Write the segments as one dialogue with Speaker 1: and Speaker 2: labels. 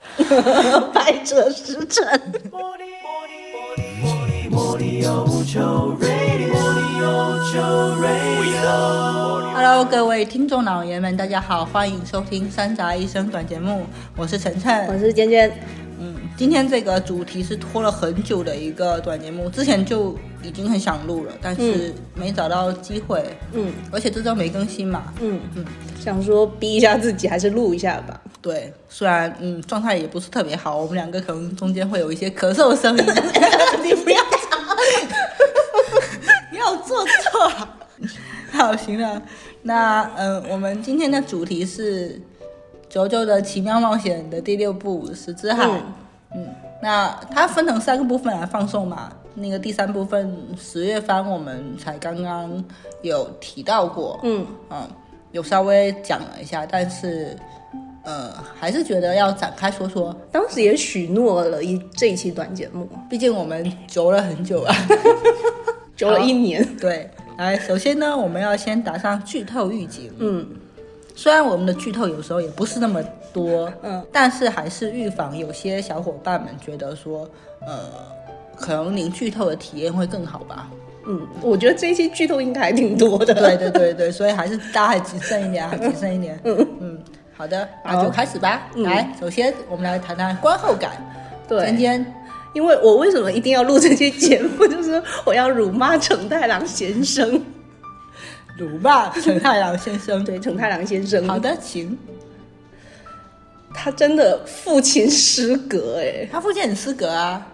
Speaker 1: 百折时辰。Hello，各位听众老爷们，大家好，欢迎收听《山楂医生》短节目，我是晨
Speaker 2: 我
Speaker 1: 晨。
Speaker 2: 是尖尖，
Speaker 1: 嗯，今天这个主题是拖了很久的一个短节目，之前就已经很想录了，但是没找到机会，
Speaker 2: 嗯
Speaker 1: 而且这周没更新嘛。
Speaker 2: 嗯
Speaker 1: 嗯
Speaker 2: 嗯，想说逼一下自己，还是录一下吧。
Speaker 1: 对，虽然嗯状态也不是特别好，我们两个可能中间会有一些咳嗽的声音，你不要 吵，不要做错。好，行了，那嗯、呃我们今天的主题是《九九的奇妙冒险》的第六部《十之海》。嗯
Speaker 2: 嗯
Speaker 1: 那它分成三个部分来放送嘛。那个第三部分十月番我们才刚刚有提到过，
Speaker 2: 嗯
Speaker 1: 嗯，有稍微讲了一下，但是呃，还是觉得要展开说说，
Speaker 2: 当时也许诺了一这一期短节目，
Speaker 1: 毕竟我们久了很久啊。
Speaker 2: 久了一年。
Speaker 1: 对，来，首先呢，我们要先打上剧透预警。
Speaker 2: 嗯
Speaker 1: 虽然我们的剧透有时候也不是那么多，
Speaker 2: 嗯，
Speaker 1: 但是还是预防有些小伙伴们觉得说，呃，可能零剧透的体验会更好吧。
Speaker 2: 嗯，我觉得这一期剧透应该还挺多的。
Speaker 1: 对对对对，所以还是大家还谨慎一点，还谨慎一点。嗯好的，那就
Speaker 2: 好
Speaker 1: 开始吧。
Speaker 2: 嗯
Speaker 1: 来，首先我们来谈谈观后感。今
Speaker 2: 对，
Speaker 1: 天
Speaker 2: 因为我为什么一定要录这期节目，就是我要辱骂成太郎先生。
Speaker 1: 鲁霸陈太郎先生。
Speaker 2: 对，成太郎先生，
Speaker 1: 好的，请。
Speaker 2: 他真的父亲失格哎、
Speaker 1: 他父亲很失格啊，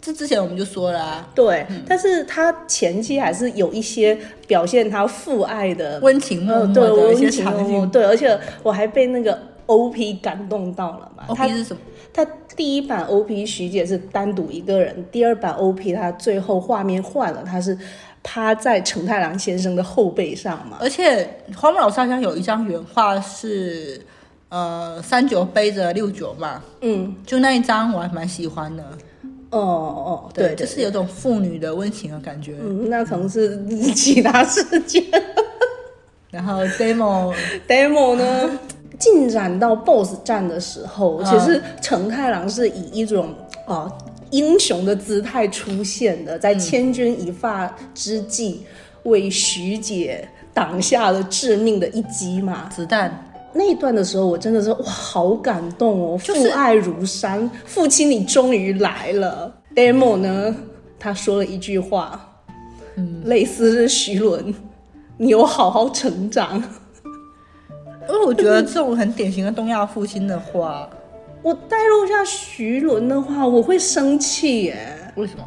Speaker 1: 这之前我们就说了啊，
Speaker 2: 对，但是他前期还是有一些表现他父爱的
Speaker 1: 温情脉
Speaker 2: 呃，
Speaker 1: 脉
Speaker 2: 对，
Speaker 1: 嗯的
Speaker 2: 我
Speaker 1: 一些
Speaker 2: 温情
Speaker 1: 场
Speaker 2: 脉脉
Speaker 1: 景。
Speaker 2: 对，而且我还被那个 OP 感动到了嘛。
Speaker 1: OP
Speaker 2: 他
Speaker 1: 哦是什么？
Speaker 2: 他第一版 OP 徐姐是单独一个人，第二版 OP 他最后画面换了，他是趴在承太郎先生的后背上嘛。
Speaker 1: 而且花木老师好像有一张原画是，呃，三九背着六九嘛，
Speaker 2: 嗯，
Speaker 1: 就那一张我还蛮喜欢的，
Speaker 2: 哦哦，对，
Speaker 1: 就
Speaker 2: 对
Speaker 1: 是有种父女的温情的感觉。
Speaker 2: 嗯，那可能是其他事件。
Speaker 1: 然后 demo
Speaker 2: demo 呢，进展到 BOSS 战的时候，
Speaker 1: 嗯
Speaker 2: 其实承太郎是以一种啊、呃英雄的姿态出现的，在千钧一发之际，为徐姐挡下了致命的一击嘛。
Speaker 1: 子弹，
Speaker 2: 那一段的时候，我真的是哇，好感动哦，
Speaker 1: 就
Speaker 2: 父
Speaker 1: 是
Speaker 2: 爱如山，父亲你终于来了。demo 呢，他说了一句话，嗯，类似是徐伦，你有好好成长。
Speaker 1: 因为我觉得这种很典型的东亚父亲的话，
Speaker 2: 我代入一下徐伦的话，我会生气耶，
Speaker 1: 为什么？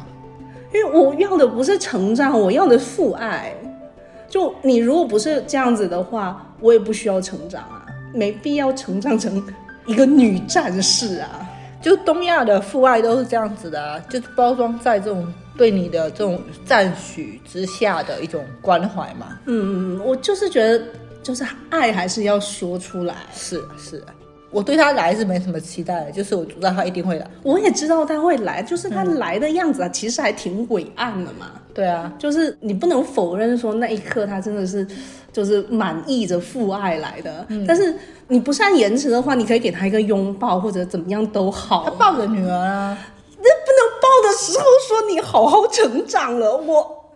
Speaker 2: 因为我要的不是成长，我要的是父爱。就你如果不是这样子的话，我也不需要成长啊，没必要成长成一个女战士啊。
Speaker 1: 就东亚的父爱都是这样子的、啊，就是包装在这种对你的这种赞许之下的一种关怀嘛。
Speaker 2: 嗯，我就是觉得，就是爱还是要说出来。
Speaker 1: 是是，我对他来是没什么期待的，就是我知道他一定会来。
Speaker 2: 我也知道他会来，就是他来的样子啊，其实还挺伟岸的嘛。
Speaker 1: 对啊，
Speaker 2: 就是你不能否认说那一刻他真的是就是满溢着父爱来的，但是你不善言辞的话，你可以给他一个拥抱或者怎么样都好。
Speaker 1: 他
Speaker 2: 那不能
Speaker 1: 抱着女儿啊，
Speaker 2: 抱的时候说你好好成长了，我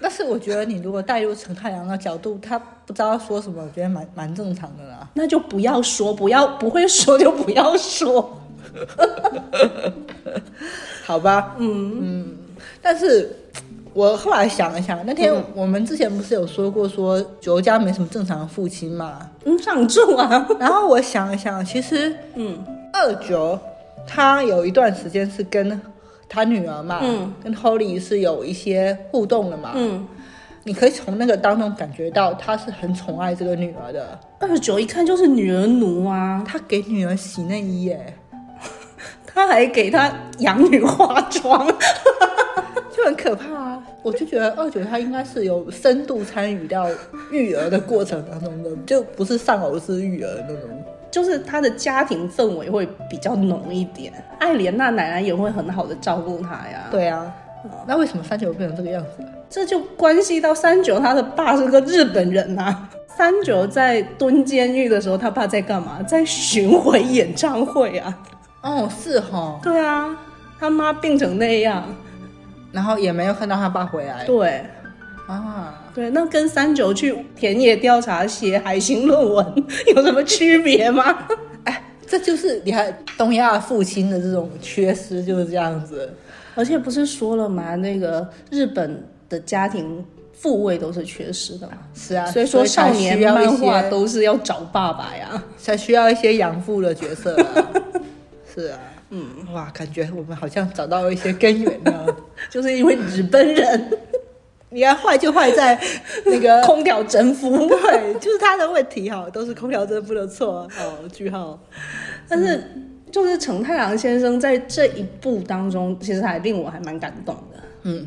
Speaker 1: 但是我觉得你如果带入陈太阳的角度，他不知道说什么，我觉得蛮蛮正常的啦。
Speaker 2: 那就不要说，不要不会说就不要说。
Speaker 1: 好吧，嗯嗯，但是。我后来想了想，那天我们之前不是有说过说九家没什么正常的父亲嘛？
Speaker 2: 嗯，上住啊，
Speaker 1: 然后我想了想，其实
Speaker 2: 嗯
Speaker 1: 二九他有一段时间是跟他女儿嘛，
Speaker 2: 嗯
Speaker 1: 跟 Holly 是有一些互动的嘛，
Speaker 2: 嗯，
Speaker 1: 你可以从那个当中感觉到他是很宠爱这个女儿的，
Speaker 2: 二十九一看就是女儿奴啊，
Speaker 1: 他给女儿洗内衣耶，
Speaker 2: 他还给她养女化妆，
Speaker 1: 就很可怕啊！我就觉得二九他应该是有深度参与到育儿的过程当中的，就不是丧偶式育儿那种。
Speaker 2: 就是他的家庭氛围会比较浓一点。艾莲娜奶奶也会很好的照顾他呀。
Speaker 1: 对啊，那为什么三九变成这个样子？
Speaker 2: 这就关系到三九他的爸是个日本人呐、三九在蹲监狱的时候，他爸在干嘛？在巡回演唱会啊！
Speaker 1: 哦，是哈，
Speaker 2: 对啊，他妈病成那样，
Speaker 1: 然后也没有看到他爸回来
Speaker 2: 对
Speaker 1: 啊。
Speaker 2: 对，那跟三九去田野调查写海星论文 有什么区别吗？
Speaker 1: 哎，这就是你看东亚父亲的这种缺失就是这样子。
Speaker 2: 而且不是说了吗？那个日本的家庭父位都是缺失的嘛，
Speaker 1: 是啊，
Speaker 2: 所以说少年漫画都是要找爸爸呀。
Speaker 1: 才需要一些养父的角色、啊。 是啊，嗯，哇，感觉我们好像找到一些根源了。
Speaker 2: 就是因为日本人
Speaker 1: 你看坏就坏在那 个
Speaker 2: 空调征服，
Speaker 1: 呃对，就是他的问题哈，都是空调真不的错。 哦，句号。
Speaker 2: 但是就是成太郎先生在这一部当中，其实还令我还蛮感动的。
Speaker 1: 嗯，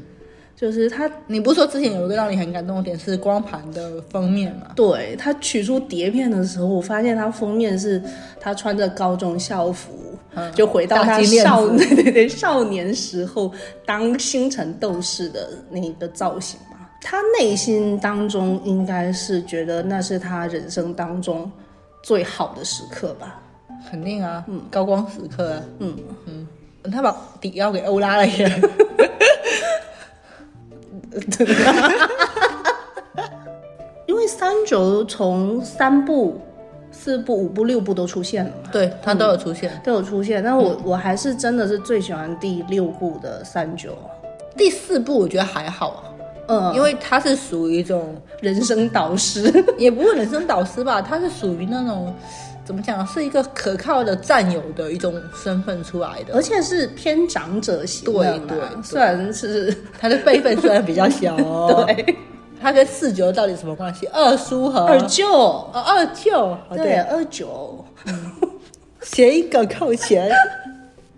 Speaker 2: 就是他
Speaker 1: 你不是说之前有一个让你很感动的点是光盘的封面吗？
Speaker 2: 对他取出碟片的时候，我发现他封面是他穿着高中校服，
Speaker 1: 嗯
Speaker 2: 就回到
Speaker 1: 大
Speaker 2: 他
Speaker 1: 金链子
Speaker 2: 少 对对对少年时候当星辰斗士的那个造型嘛。他内心当中应该是觉得那是他人生当中最好的时刻吧。
Speaker 1: 肯定啊，嗯，高光时刻啊，
Speaker 2: 嗯
Speaker 1: 嗯，他把底要给欧拉了耶。
Speaker 2: 因为三轴从三部、四部、五部、六部都出现了嘛，
Speaker 1: 对他都有出现。
Speaker 2: 都有出现。但我、我还是真的是最喜欢第六部的三九，
Speaker 1: 第四部我觉得还好啊，
Speaker 2: 嗯，
Speaker 1: 因为他是属于一种
Speaker 2: 人生导师，
Speaker 1: 也不是人生导师吧，他是属于那种怎么讲，啊是一个可靠的战友的一种身份出来的。
Speaker 2: 而且是偏长者型的嘛
Speaker 1: 对对对
Speaker 2: 虽然是
Speaker 1: 他的辈分虽然比 较小哦，，
Speaker 2: 对
Speaker 1: 他跟四九到底什么关系？二叔和
Speaker 2: 二舅，
Speaker 1: 哦二舅，哦
Speaker 2: 对，二九，
Speaker 1: 谐音梗扣钱。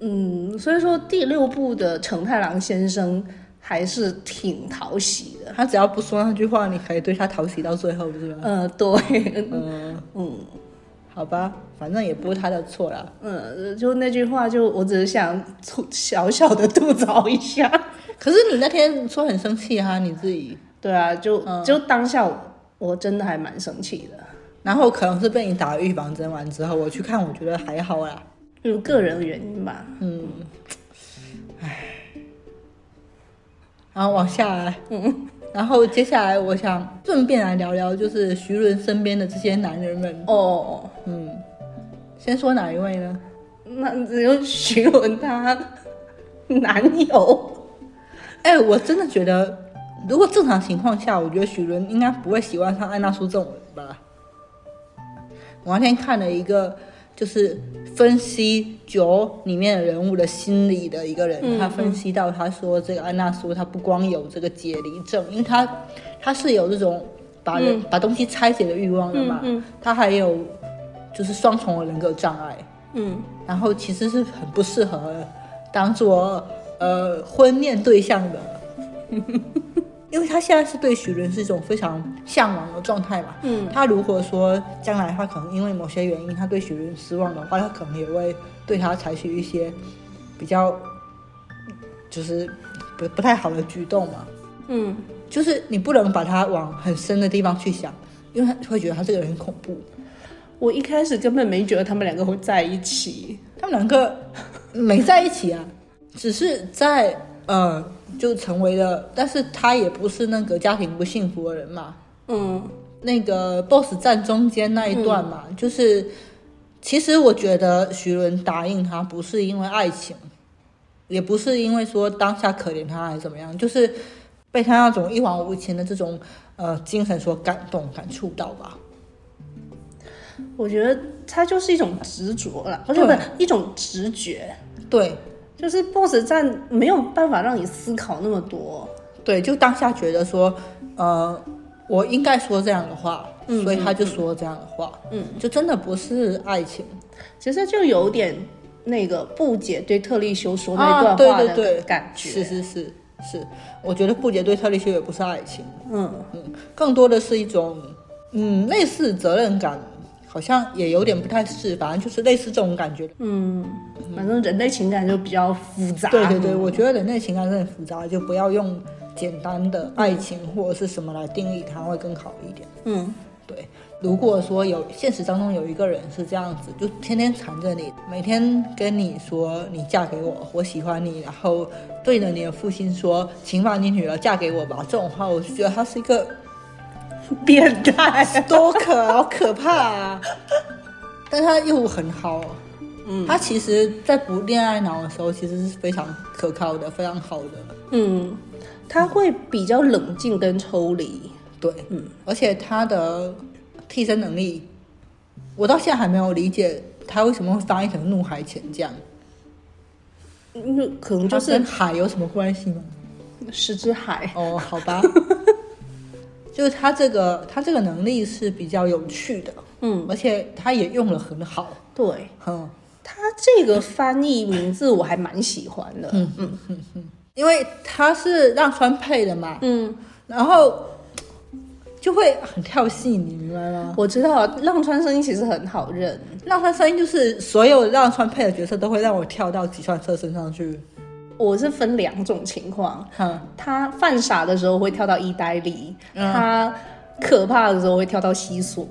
Speaker 2: 嗯，所以说第六部的承太郎先生还是挺讨喜的。
Speaker 1: 他只要不说那句话，你可以对他讨喜到最后，是吧？
Speaker 2: 呃，对，
Speaker 1: 嗯，
Speaker 2: 嗯
Speaker 1: 好吧，反正也不是他的错啦。
Speaker 2: 嗯，就那句话，就我只是想吐小小的吐槽一下。
Speaker 1: 可是你那天说很生气哈、你自己，
Speaker 2: 对啊，就、
Speaker 1: 嗯
Speaker 2: 就当下我我真的还蛮生气的。
Speaker 1: 然后可能是被你打了预防针完之后，我去看，我觉得还好啦。
Speaker 2: 就个人原因吧，
Speaker 1: 嗯然后往下来，嗯，然后接下来我想顺便来聊聊，就是徐伦身边的这些男人们。
Speaker 2: 哦，
Speaker 1: 嗯，先说哪一位呢？
Speaker 2: 那只有徐伦她男友，
Speaker 1: 哎，我真的觉得，如果正常情况下，我觉得许伦应该不会喜欢上安娜苏这种人吧。我那天看了一个，就是分析九里面的人物的心理的一个人，他分析到他说，这个安娜苏她不光有这个解离症，因为她她是有这种把人、把东西拆解的欲望的嘛，她还有就是双重的人格障碍。
Speaker 2: 嗯，
Speaker 1: 然后其实是很不适合当做呃婚恋对象的，因为他现在是对许伦是一种非常向往的状态嘛。
Speaker 2: 嗯，
Speaker 1: 他如果说将来他可能因为某些原因他对许伦失望的话，他可能也会对他采取一些比较就是不不太好的举动嘛。
Speaker 2: 嗯，
Speaker 1: 就是你不能把他往很深的地方去想，因为他会觉得他这个人很恐怖。
Speaker 2: 我一开始根本没觉得他们两个会在一起，
Speaker 1: 他们两个没在一起啊，只是在呃就成为了，但是他也不是那个家庭不幸福的人嘛。
Speaker 2: 嗯
Speaker 1: 那个 BOSS 站中间那一段嘛，就是其实我觉得徐伦答应他不是因为爱情，也不是因为说当下可怜他还是怎么样，就是被他那种一往无前的这种呃精神所感动、感触到吧。
Speaker 2: 我觉得他就是一种执着了，不是
Speaker 1: 对
Speaker 2: 不是一种直觉，
Speaker 1: 对
Speaker 2: 就是 BOSS 战没有办法让你思考那么多，
Speaker 1: 对，就当下觉得说，呃，我应该说这样的话，所以他就说这样的话，嗯，就真的不是爱情，
Speaker 2: 其实就有点那个不解对特立修说那段
Speaker 1: 啊、对
Speaker 2: 话
Speaker 1: 对对
Speaker 2: 的感觉，
Speaker 1: 是是是是，我觉得不解对特立修也不是爱情，
Speaker 2: 嗯
Speaker 1: 嗯，更多的是一种，嗯，类似责任感，好像也有点不太是，反正就是类似这种感觉。
Speaker 2: 嗯，反正人类情感就比较复杂，
Speaker 1: 对对对，我觉得人类情感是很复杂的，就不要用简单的爱情或者是什么来定义它，会更好一点。
Speaker 2: 嗯
Speaker 1: 对，如果说有现实当中有一个人是这样子，就天天缠着你，每天跟你说你嫁给我，我喜欢你，然后对着你的父亲说，请把你女儿嫁给我吧，这种话，我就觉得他是一个
Speaker 2: 变态，
Speaker 1: 多可好可怕啊！但他又很好，
Speaker 2: 嗯
Speaker 1: 他其实，在不恋爱脑的时候，其实是非常可靠的，非常好的。
Speaker 2: 嗯，他会比较冷静跟抽离，
Speaker 1: 对，嗯，而且他的替身能力，我到现在还没有理解他为什么会翻译成怒海潜将，
Speaker 2: 那嗯可能就
Speaker 1: 就是是海有什么关系 吗？
Speaker 2: 十之海，
Speaker 1: 哦，好 吧，就是他这个他这个能力是比较有趣的，
Speaker 2: 嗯，
Speaker 1: 而且他也用的很好，
Speaker 2: 对
Speaker 1: 嗯，
Speaker 2: 他这个翻译名字我还蛮喜欢的，嗯嗯
Speaker 1: 因为他是让川配的嘛，
Speaker 2: 嗯，
Speaker 1: 然后就会很跳戏，你明白吗？
Speaker 2: 我知道浪川声音其实很好认，
Speaker 1: 让川声音就是所有让川配的角色都会让我跳到吉川车身上去，
Speaker 2: 我是分两种情况，
Speaker 1: 哼。
Speaker 2: 他犯傻的时候会跳到意大利，
Speaker 1: 嗯
Speaker 2: 他可怕的时候会跳到西索。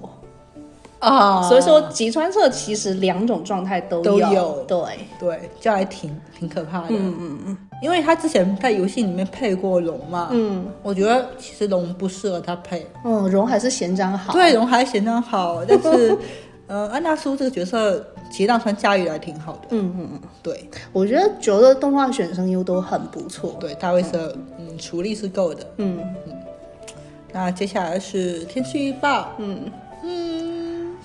Speaker 1: 啊
Speaker 2: 所以说，吉川社其实两种状态都
Speaker 1: 都有
Speaker 2: 对，
Speaker 1: 对，这还挺挺可怕的。
Speaker 2: 嗯嗯嗯
Speaker 1: 因为他之前在游戏里面配过龙嘛，
Speaker 2: 嗯，
Speaker 1: 我觉得其实龙不适合他配。
Speaker 2: 嗯，荣还是贤章好。
Speaker 1: 对，龙还显得好，但是，呃，安娜苏这个角色其实让川驾驭的还挺好的。
Speaker 2: 嗯嗯，
Speaker 1: 对，
Speaker 2: 我觉得九的动画选声优都很不错。
Speaker 1: 对，大卫蛇，嗯，厨力是够的。
Speaker 2: 嗯
Speaker 1: 那接下来是天气预报，
Speaker 2: 嗯，
Speaker 1: 嗯，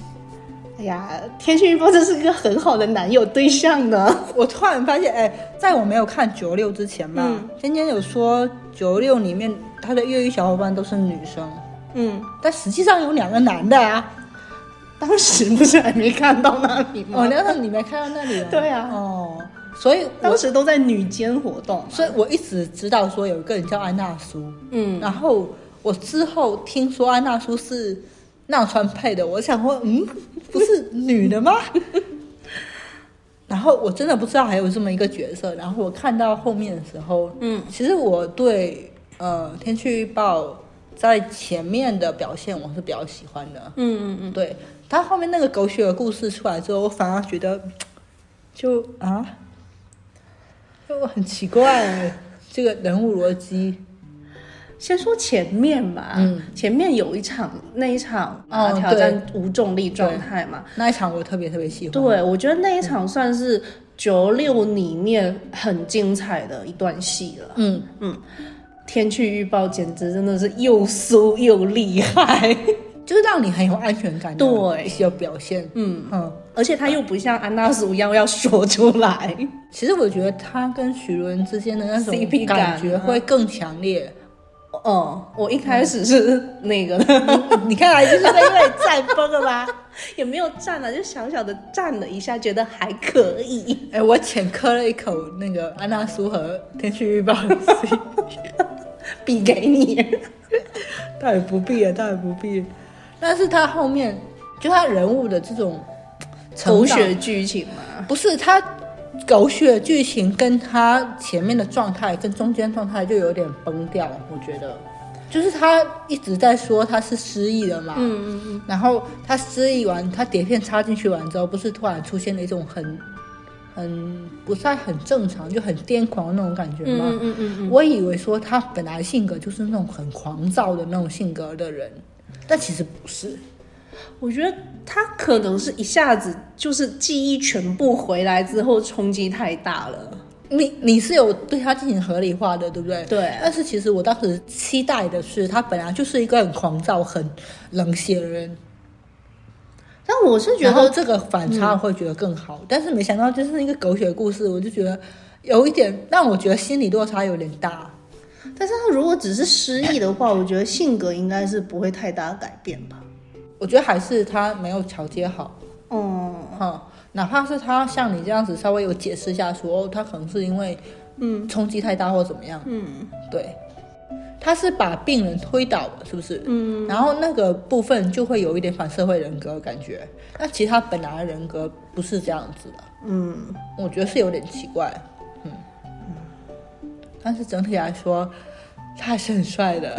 Speaker 2: 哎呀，天气预报真是一个很好的男友对象呢。
Speaker 1: 我突然发现，哎，在我没有看九六之前嘛，
Speaker 2: 嗯
Speaker 1: 今天有说九六里面他的越狱小伙伴都是女生，
Speaker 2: 嗯，
Speaker 1: 但实际上有两个男的啊。
Speaker 2: 当时不是还没看到那里吗？
Speaker 1: 哦，那个你没看到那里啊？
Speaker 2: 嗯对啊
Speaker 1: 哦，所以我
Speaker 2: 当时都在女间活动。
Speaker 1: 所以我一直知道说有一个人叫安娜苏，
Speaker 2: 嗯，
Speaker 1: 然后我之后听说安娜苏是纳川配的，我想说，嗯，不是女的吗？ 然后我真的不知道还有这么一个角色。然后我看到后面的时候，
Speaker 2: 嗯，
Speaker 1: 其实我对呃天气预报在前面的表现我是比较喜欢的，
Speaker 2: 嗯嗯嗯，
Speaker 1: 对他后面那个狗血的故事出来之后，我反而觉得就啊，就很奇怪、这个人物逻辑。
Speaker 2: 先说前面吧。
Speaker 1: 嗯，
Speaker 2: 前面有一场那一场啊、
Speaker 1: 哦
Speaker 2: 挑战无重力状态嘛。
Speaker 1: 那一场我特别特别喜欢，
Speaker 2: 对，我觉得那一场算是九六里面很精彩的一段戏了。
Speaker 1: 嗯，
Speaker 2: 天气预报简直真的是又酥又厉害，
Speaker 1: 就是让你很有安全感的
Speaker 2: 对
Speaker 1: 一些表现，
Speaker 2: 嗯
Speaker 1: 嗯。
Speaker 2: 而且他又不像安娜苏一样要说出来。
Speaker 1: 其实我觉得他跟许伦之间的那种
Speaker 2: CP 感啊
Speaker 1: 感觉会更强烈。
Speaker 2: 嗯，我一开始是那个的，
Speaker 1: 你看啊来就是因为站崩了吧？
Speaker 2: 也没有站啊了，就小小的站了一下，觉得还可以。
Speaker 1: 哎，我浅磕了一口那个安娜苏和天气预报的 CP
Speaker 2: 比给你，
Speaker 1: 倒也不必啊，倒也不必。但是他后面就他人物的这种
Speaker 2: 狗
Speaker 1: 成长
Speaker 2: 血，剧情嘛。
Speaker 1: 不是他狗血剧情跟他前面的状态跟中间状态就有点崩掉，我觉得。就是他一直在说他是失忆了嘛，
Speaker 2: 嗯嗯
Speaker 1: 然后他失忆完，他碟片插进去完之后，不是突然出现了一种很很不太很正常就很癫狂的那种感觉吗？
Speaker 2: 嗯嗯嗯嗯，
Speaker 1: 我以为说他本来性格就是那种很狂躁的那种性格的人，但其实不是。
Speaker 2: 我觉得他可能是一下子就是记忆全部回来之后冲击太大了。
Speaker 1: 你你是有对他进行合理化的，对不对？
Speaker 2: 对
Speaker 1: 但是其实我当时期待的是，他本来就是一个很狂躁、很冷血的人，
Speaker 2: 但我是觉
Speaker 1: 然后
Speaker 2: 得，嗯
Speaker 1: 这个反差会觉得更好。但是没想到就是一个狗血故事，我就觉得有一点让我觉得心理落差有点大。
Speaker 2: 但是他如果只是失忆的话，我觉得性格应该是不会太大的改变吧。
Speaker 1: 我觉得还是他没有调节好。
Speaker 2: 嗯
Speaker 1: 哈、哪怕是他像你这样子稍微有解释一下说，哦，他可能是因为
Speaker 2: 嗯
Speaker 1: 冲击太大或怎么样，
Speaker 2: 嗯
Speaker 1: 对，他是把病人推倒了，是不是？
Speaker 2: 嗯，
Speaker 1: 然后那个部分就会有一点反社会人格的感觉，那其实他本来的人格不是这样子的，
Speaker 2: 嗯，
Speaker 1: 我觉得是有点奇怪，嗯，但是整体 来说，他还是很帅的，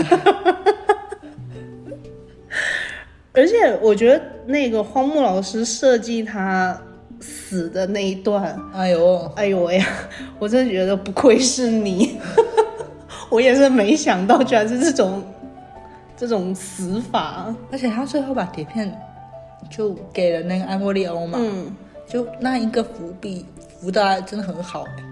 Speaker 2: 而且我觉得那个荒木老师设计他死的那一段，
Speaker 1: 哎呦，
Speaker 2: 哎呦喂， 我真的觉得不愧是你， 我也是没想到，居然是这种这种死法。
Speaker 1: 而且他最后把碟片就给了那个艾莫利欧嘛，
Speaker 2: 嗯，
Speaker 1: 就那一个伏笔伏的真的很好、哎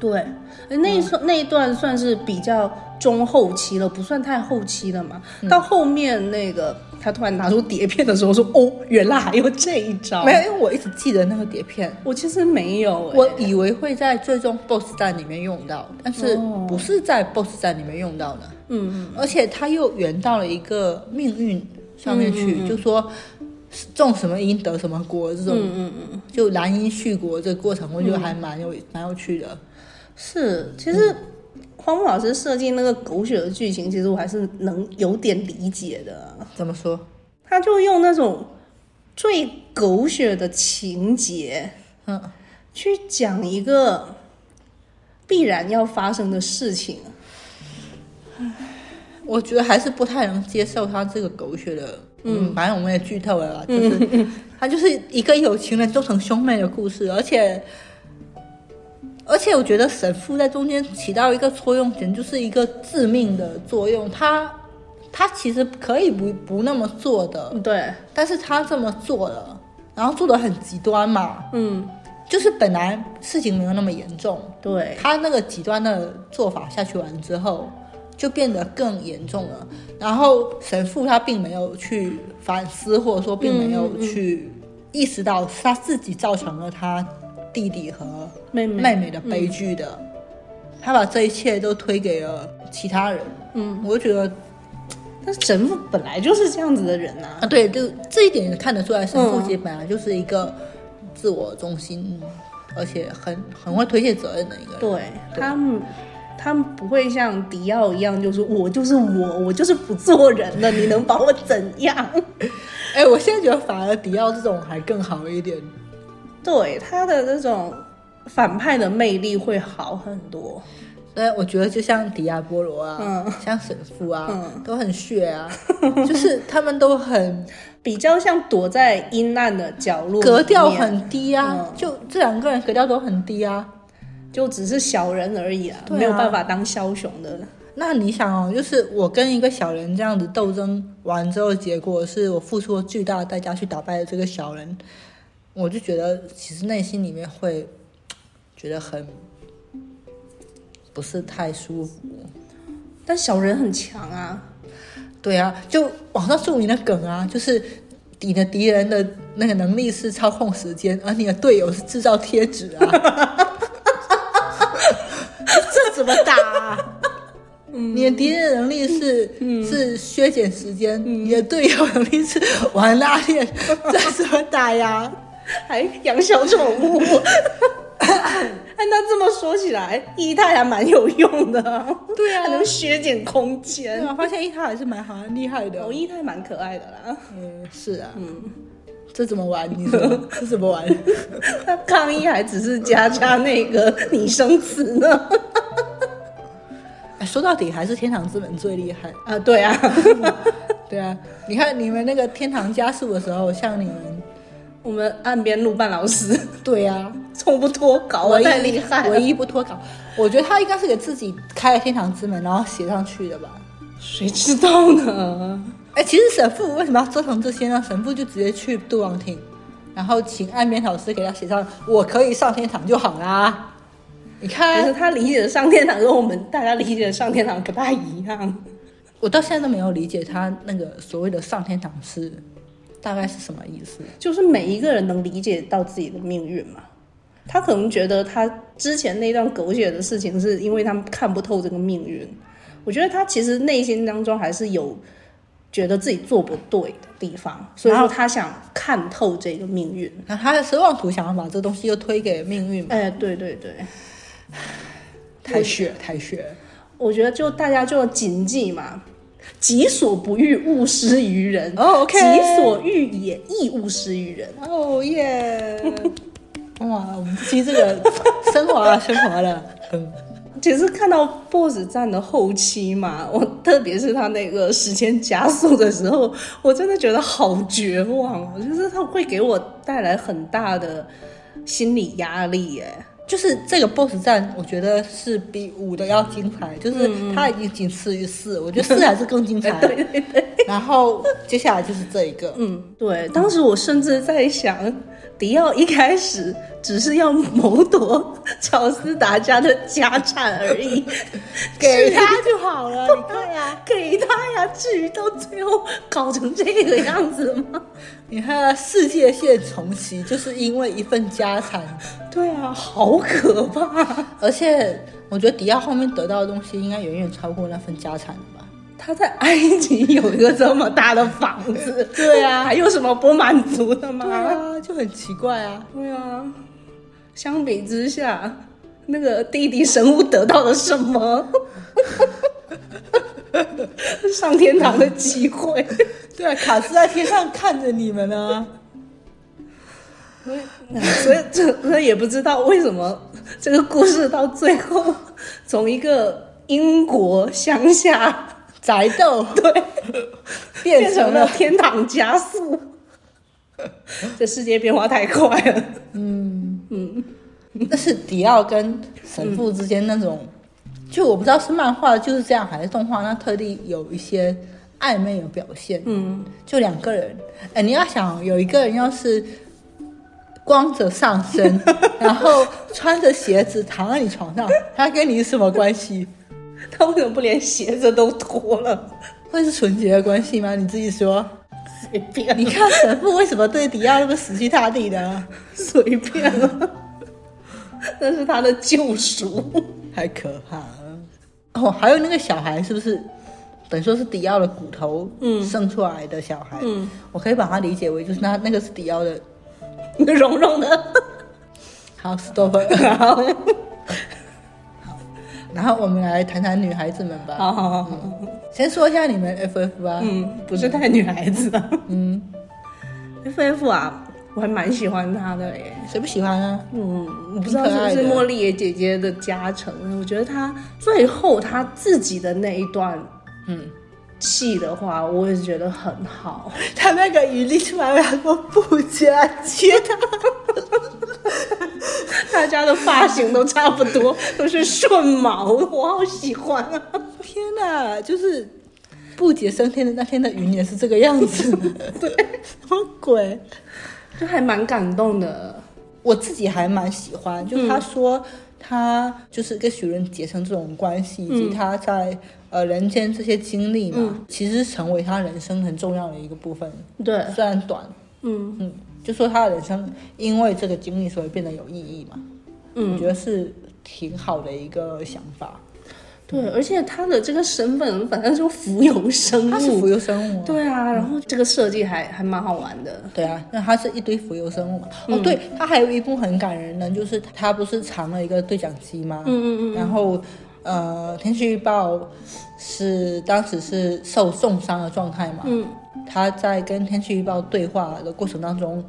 Speaker 2: 对，那一算、那一段算是比较中后期了，不算太后期了嘛。到后面那个他突然拿出碟片的时候说：“哦，原来还有这一招。”
Speaker 1: 没有，，因为我一直记得那个碟片，
Speaker 2: 我其实没有、哎
Speaker 1: 我以为会在最终 BOSS 战里面用到，但是
Speaker 2: 哦
Speaker 1: 不是在 BOSS 战里面用到的。
Speaker 2: 嗯，
Speaker 1: 而且他又圆到了一个命运上面
Speaker 2: 嗯
Speaker 1: 去，就说种什么因得什么果这种，
Speaker 2: 嗯嗯嗯，
Speaker 1: 就兰因絮果这个过程，我觉得还蛮有、蛮有趣的。
Speaker 2: 是，其实。荒木老师设计那个狗血的剧情，其实我还是能有点理解的啊、
Speaker 1: 怎么说？
Speaker 2: 他就用那种最狗血的情节
Speaker 1: 嗯，
Speaker 2: 去讲一个必然要发生的事情。
Speaker 1: 我觉得还是不太能接受他这个狗血的。嗯，反正我们也剧透了啦，就是他就是一个有情人终成兄妹的故事，而且。而且我觉得神父在中间起到一个作用，简直就是一个致命的作用。他他其实可以不不那么做的，
Speaker 2: 哦对，
Speaker 1: 但是他这么做了，然后做的很极端嘛，
Speaker 2: 嗯，
Speaker 1: 就是本来事情没有那么严重，
Speaker 2: 对，
Speaker 1: 他那个极端的做法下去完之后，就变得更严重了。然后神父他并没有去反思，或者说并没
Speaker 2: 嗯
Speaker 1: 有去意识到是他自己造成了他弟弟和
Speaker 2: 妹妹，
Speaker 1: 妹妹的
Speaker 2: 嗯
Speaker 1: 悲剧的，他把这一切都推给了其他人。
Speaker 2: 嗯，
Speaker 1: 我就觉得
Speaker 2: 但是神父本来就是这样子的人啊。
Speaker 1: 啊，对，就这一点也看得出来，神父
Speaker 2: 嗯
Speaker 1: 其实本来就是一个自我中心，而且很很会推卸责任的一个人。
Speaker 2: 对他们，他们不会像迪奥一样，就是我就是我，我就是不做人了，你能把我怎样？
Speaker 1: 哎、我现在觉得反而迪奥这种还更好一点。
Speaker 2: 对他的那种反派的魅力会好很多。
Speaker 1: 对，哎我觉得就像迪亚波罗啊，
Speaker 2: 嗯
Speaker 1: 像神父啊，
Speaker 2: 嗯
Speaker 1: 都很 血啊，就是他们都很
Speaker 2: 比较像躲在阴暗的角落里面，
Speaker 1: 格调很低啊，
Speaker 2: 嗯
Speaker 1: 就这两个人格调都很低啊。
Speaker 2: 就只是小人而已啊，
Speaker 1: 对啊
Speaker 2: 没有办法当枭雄的。
Speaker 1: 那你想哦，就是我跟一个小人这样子斗争完之后，结果是我付出了巨大的代价去打败了这个小人，我就觉得其实内心里面会觉得很不是太舒服。
Speaker 2: 但小人很强啊，
Speaker 1: 对啊，就网上著名的梗啊，就是你的敌人的那个能力是操控时间，而你的队友是制造贴纸啊， 这怎么打、啊？ 嗯你的敌人的能力是、是削减时间，你的队友能力是玩拉 链，这怎么打呀？
Speaker 2: 还养小宠物。 哎，那这么说起来，一太还蛮有用的啊、
Speaker 1: 对啊
Speaker 2: 还能削减空
Speaker 1: 对
Speaker 2: 间。
Speaker 1: 啊，发现一他还是蛮好像厉害的
Speaker 2: 哦，。一太蛮可爱的啦，
Speaker 1: 嗯，是啊，这怎么玩？你说这怎么 玩？
Speaker 2: 他抗议还只是加加那个拟声词呢。
Speaker 1: 哎说到底还是天堂之门最厉害。
Speaker 2: 啊，对啊，
Speaker 1: 对啊，你看你们那个天堂加速的时候，像你们，
Speaker 2: 我们岸边路伴老师
Speaker 1: 对啊，
Speaker 2: 从不脱稿啊，
Speaker 1: 唯一
Speaker 2: 太厉害了
Speaker 1: 唯。一不脱稿。我觉得他应该是给自己开了天堂之门，然后写上去的吧。
Speaker 2: 谁知道呢？
Speaker 1: 哎，其实神父为什么要折腾这些呢？神父就直接去杜王庭，然后请岸边老师给他写上“我可以上天堂”就好啦。你
Speaker 2: 可是
Speaker 1: 看，
Speaker 2: 他理解的上天堂跟我们大家理解的上天堂不大一样。
Speaker 1: 我到现在都没有理解他那个所谓的上天堂是大概是什么意思。
Speaker 2: 就是每一个人能理解到自己的命运嘛。他可能觉得他之前那段狗血的事情，是因为他们看不透这个命运。我觉得他其实内心当中还是有觉得自己做不对的地方，所以
Speaker 1: 然
Speaker 2: 说
Speaker 1: 后
Speaker 2: 他想看透这个命运。
Speaker 1: 然后他的奢望图想要把这东西又推给命运嘛，
Speaker 2: 哎，对对对，
Speaker 1: 太血太血。
Speaker 2: 我觉得就大家就谨记嘛，己所不欲，勿施于人。
Speaker 1: 哦，OK
Speaker 2: 己所欲也，亦勿施于人。
Speaker 1: 哦 耶！哇，我们这期这个啊升华了，升华了，嗯，
Speaker 2: 其实看到 BOSS 战的后期嘛，我特别是他那个时间加速的时候，我真的觉得好绝望哦，就是他会给我带来很大的心理压力耶。
Speaker 1: 就是这个 BOSS 战，我觉得是比五的要精彩，就是它已经仅次于四，我觉得四还是更精彩。嗯 对对对。然后接下来就是这一个，
Speaker 2: 嗯，对，当时我甚至在想，迪奥一开始只是要谋夺乔斯达家的家产而 已，
Speaker 1: 给他就好了。你看 呀，
Speaker 2: 给他呀，至于到最后搞成这个样子吗？
Speaker 1: 你看世界线重启，就是因为一份家产，
Speaker 2: 对啊，好可怕！啊
Speaker 1: 而且我觉得迪亚后面得到的东西应该远远超过那份家产的吧。
Speaker 2: 他在埃及有一个这么大的房子，
Speaker 1: 对 啊
Speaker 2: 还有什么不满足的吗？
Speaker 1: 对啊，就很奇怪啊。
Speaker 2: 对啊，相比之下，那个弟弟神物得到了什么？ 上天堂的机 会，
Speaker 1: 对啊，卡斯在天上看着你们 呢、
Speaker 2: 所以这所以也不知道为什么这个故事到最后从一个英国乡下
Speaker 1: 宅斗对，变
Speaker 2: 变
Speaker 1: 成
Speaker 2: 成了
Speaker 1: 了
Speaker 2: 天堂加速，这世界变化太快了。
Speaker 1: 那是迪奥跟神父之间那种，就我不知道是漫画就是这样，还是动画那特地有一些暧昧的表现。
Speaker 2: 嗯，
Speaker 1: 就两个人，哎，你要想有一个人要是光着上 身，然后穿着鞋子躺在你床上，他跟你是什么关系？
Speaker 2: 他为什么不连鞋子都脱了？
Speaker 1: 会是纯洁的关系吗？你自己说。
Speaker 2: 随便
Speaker 1: 你看神父为什么对迪奥那么死心塌地 呢？
Speaker 2: 随便了， 那是他的救赎。
Speaker 1: 太可怕了。哦，还有那个小孩是不是等于说是迪奥的骨头生出来的小孩？
Speaker 2: 嗯
Speaker 1: 我可以把它理解为就是那那个是迪奥 的。
Speaker 2: 蓉蓉的，
Speaker 1: 好，stop。
Speaker 2: 好，
Speaker 1: 然后我们来谈谈女孩子们吧。
Speaker 2: 好好好，
Speaker 1: 先说一下你们啊 FF 吧。
Speaker 2: 嗯，不是太女孩子的
Speaker 1: 嗯，
Speaker 2: F F 啊，我还蛮喜欢她的耶。
Speaker 1: 谁不喜欢啊？
Speaker 2: 嗯，我不知道是不
Speaker 1: 挺可爱的
Speaker 2: 是茉莉姐姐的加成，我觉得她最后她自己的那一段
Speaker 1: 嗯，
Speaker 2: 戏的话，我也觉得很好。
Speaker 1: 他那个语力出来了，我不 加啊接他。
Speaker 2: 大家的发型都差不多，都是顺毛，我好喜欢啊！
Speaker 1: 天哪，就是不解升天的那天的云也是这个样子。 对，什么鬼？
Speaker 2: 就还蛮感动的。
Speaker 1: 我自己还蛮喜欢，就是他说他就是跟许伦结成这种关系，以及他在呃人间这些经历嘛，其实成为他人生很重要的一个部分。
Speaker 2: 对，
Speaker 1: 虽然短，
Speaker 2: 嗯
Speaker 1: 嗯，就说他的人生因为这个经历，所以变得有意义嘛。我
Speaker 2: 嗯，
Speaker 1: 觉得是挺好的一个想法。
Speaker 2: 对，而且他的这个身份本身就浮游生
Speaker 1: 它是
Speaker 2: 物，
Speaker 1: 浮游生物、啊，
Speaker 2: 对啊，然后这个设计还还蛮好玩的。
Speaker 1: 对啊，那它是一堆浮游生物嘛。
Speaker 2: 嗯
Speaker 1: 哦，对，它还有一部很感人的，就是它不是藏了一个对讲机吗？
Speaker 2: 嗯嗯嗯，
Speaker 1: 然后，呃，天气预报是当时是受重伤的状态嘛，
Speaker 2: 嗯，
Speaker 1: 他在跟天气预报对话的过程当中，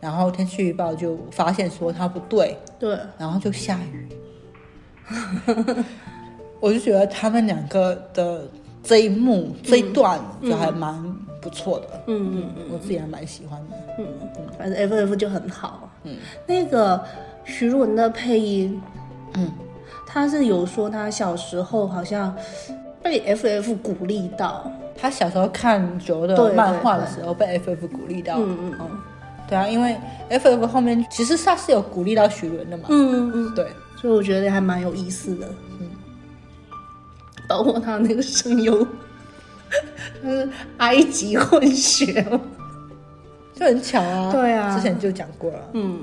Speaker 1: 然后天气预报就发现说他不对，
Speaker 2: 对，
Speaker 1: 然后就下雨， 我就觉得他们两个的这一幕、这一段就还蛮不错的，
Speaker 2: 嗯嗯
Speaker 1: 我自己还蛮喜欢的。
Speaker 2: 嗯，反正 F F 就很好。嗯，那个徐伦的配音，
Speaker 1: 嗯，
Speaker 2: 他是有说他小时候好像被 F F 鼓励到，
Speaker 1: 他小时候看九
Speaker 2: 对
Speaker 1: 的
Speaker 2: 对
Speaker 1: 漫画的时候，被 FF 鼓励到，
Speaker 2: 嗯嗯
Speaker 1: 嗯，对啊，因为 FF 后面其实他是有鼓励到许伦的嘛，
Speaker 2: 嗯嗯嗯，
Speaker 1: 对，
Speaker 2: 所以我觉得还蛮有意思的。嗯，包括他那个声优， 他是埃及混血嘛。
Speaker 1: 就很巧啊，
Speaker 2: 对啊
Speaker 1: 之前就讲过了。
Speaker 2: 嗯，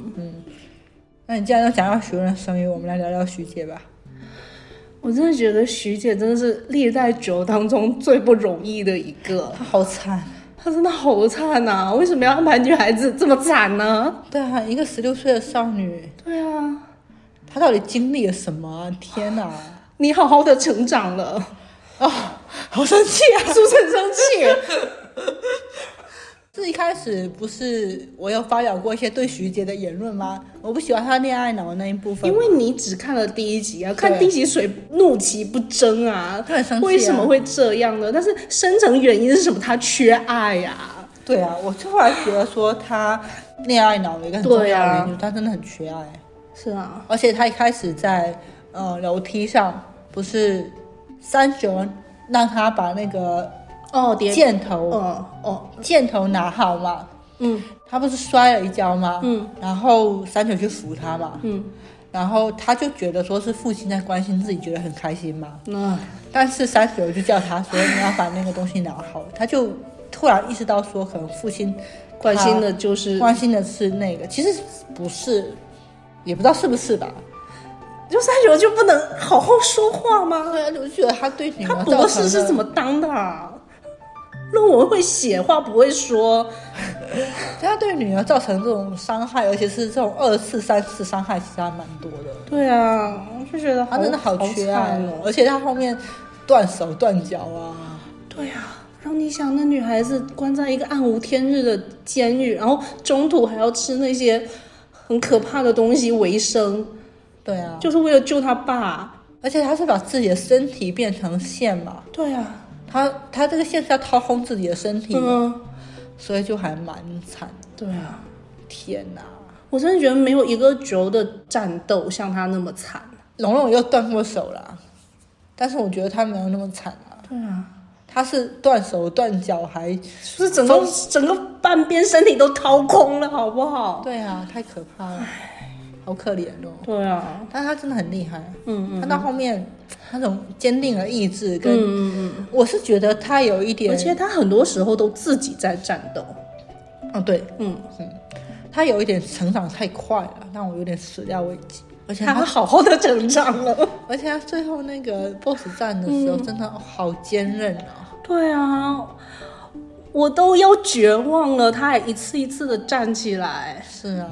Speaker 1: 那你既然都讲到许伦的声优，我们来聊聊徐姐吧。
Speaker 2: 我真的觉得徐姐真的是历代九当中最不容易的一个，
Speaker 1: 她好惨，
Speaker 2: 她真的好惨呐、为什么要安排女孩子这么惨呢？
Speaker 1: 对啊，一个十六岁的少女，
Speaker 2: 对啊，
Speaker 1: 她到底经历了什么啊？天哪，
Speaker 2: 你好好的成长 了，
Speaker 1: 啊，好生气啊！
Speaker 2: 是不是很生气？
Speaker 1: 最一开始不是我有发表过一些对徐杰的言论吗？我不喜欢他恋爱脑的那一部分，
Speaker 2: 因为你只看了第一集啊，看
Speaker 1: 对
Speaker 2: 第一集谁怒其不争啊，
Speaker 1: 他很生气、啊。
Speaker 2: 为什么？会这样呢？但是深层原因是什么？他缺爱呀、啊。
Speaker 1: 对啊，我就后来觉得说他恋爱脑的一个很重
Speaker 2: 对
Speaker 1: 要的
Speaker 2: 啊
Speaker 1: 原因，他真的很缺爱。
Speaker 2: 是啊，
Speaker 1: 而且他一开始在呃楼梯上，不是三雄让他把那个
Speaker 2: 哦，跌，
Speaker 1: 箭头、
Speaker 2: 哦哦，
Speaker 1: 箭头拿好嘛，
Speaker 2: 嗯
Speaker 1: 他不是摔了一跤吗？
Speaker 2: 嗯，
Speaker 1: 然后三雄去扶他嘛，
Speaker 2: 嗯，
Speaker 1: 然后他就觉得说是父亲在关心自己，觉得很开心嘛。
Speaker 2: 那
Speaker 1: 但是三九就叫他说你要把那个东西拿好，他就突然意识到说可能父亲
Speaker 2: 关心的就是，
Speaker 1: 关心的是那个，其实不是，也不知道是不是吧。
Speaker 2: 就三九就不能好好说话吗？
Speaker 1: 对，我就觉得他对女
Speaker 2: 他
Speaker 1: 儿
Speaker 2: 博
Speaker 1: 造
Speaker 2: 士
Speaker 1: 成
Speaker 2: 是
Speaker 1: 的
Speaker 2: 怎么当的、啊？论文会写话不会说，
Speaker 1: 他对女儿造成这种伤害，而且是这种二次、三次伤害，其实还蛮多的。
Speaker 2: 对啊，我就觉得
Speaker 1: 他
Speaker 2: 好
Speaker 1: 真的好缺爱
Speaker 2: 惨
Speaker 1: 哦，
Speaker 2: 哦。
Speaker 1: 而且他后面断手断脚啊，
Speaker 2: 对啊，然后你想，那女孩子关在一个暗无天日的监狱，然后中途还要吃那些很可怕的东西为生，
Speaker 1: 对啊，
Speaker 2: 就是为了救她爸。
Speaker 1: 而且他是把自己的身体变成线嘛，
Speaker 2: 对啊，
Speaker 1: 他他这个线是要掏空自己的身体的，
Speaker 2: 嗯，
Speaker 1: 所以就还蛮惨的。
Speaker 2: 对啊，
Speaker 1: 天哪，
Speaker 2: 我真的觉得没有一个轴的战斗像她那么惨。
Speaker 1: 龙龙又断过手啦，但是我觉得他没有那么惨啊，
Speaker 2: 对啊，
Speaker 1: 他是断手断脚还，
Speaker 2: 就是整个整个半边身体都掏空了，好不好？
Speaker 1: 对啊，太可怕了，好可怜哦。
Speaker 2: 对啊，
Speaker 1: 但是他真的很厉害，
Speaker 2: 嗯
Speaker 1: 他到后面那种坚定的意志
Speaker 2: 嗯
Speaker 1: 跟，
Speaker 2: 嗯嗯
Speaker 1: 我是觉得他有一
Speaker 2: 嗯，
Speaker 1: 点
Speaker 2: 而，且他很多时候都自己在战斗。
Speaker 1: 嗯，对
Speaker 2: 嗯，
Speaker 1: 他有一点成长太快了，让我有点始料未及。而且
Speaker 2: 他
Speaker 1: 他，
Speaker 2: 好好的成长了。
Speaker 1: 而且他最后那个 BOSS 战的
Speaker 2: 嗯
Speaker 1: 时候，真的好坚韧啊！
Speaker 2: 对啊，我都要绝望了，他还一次一次的站起来。
Speaker 1: 是啊，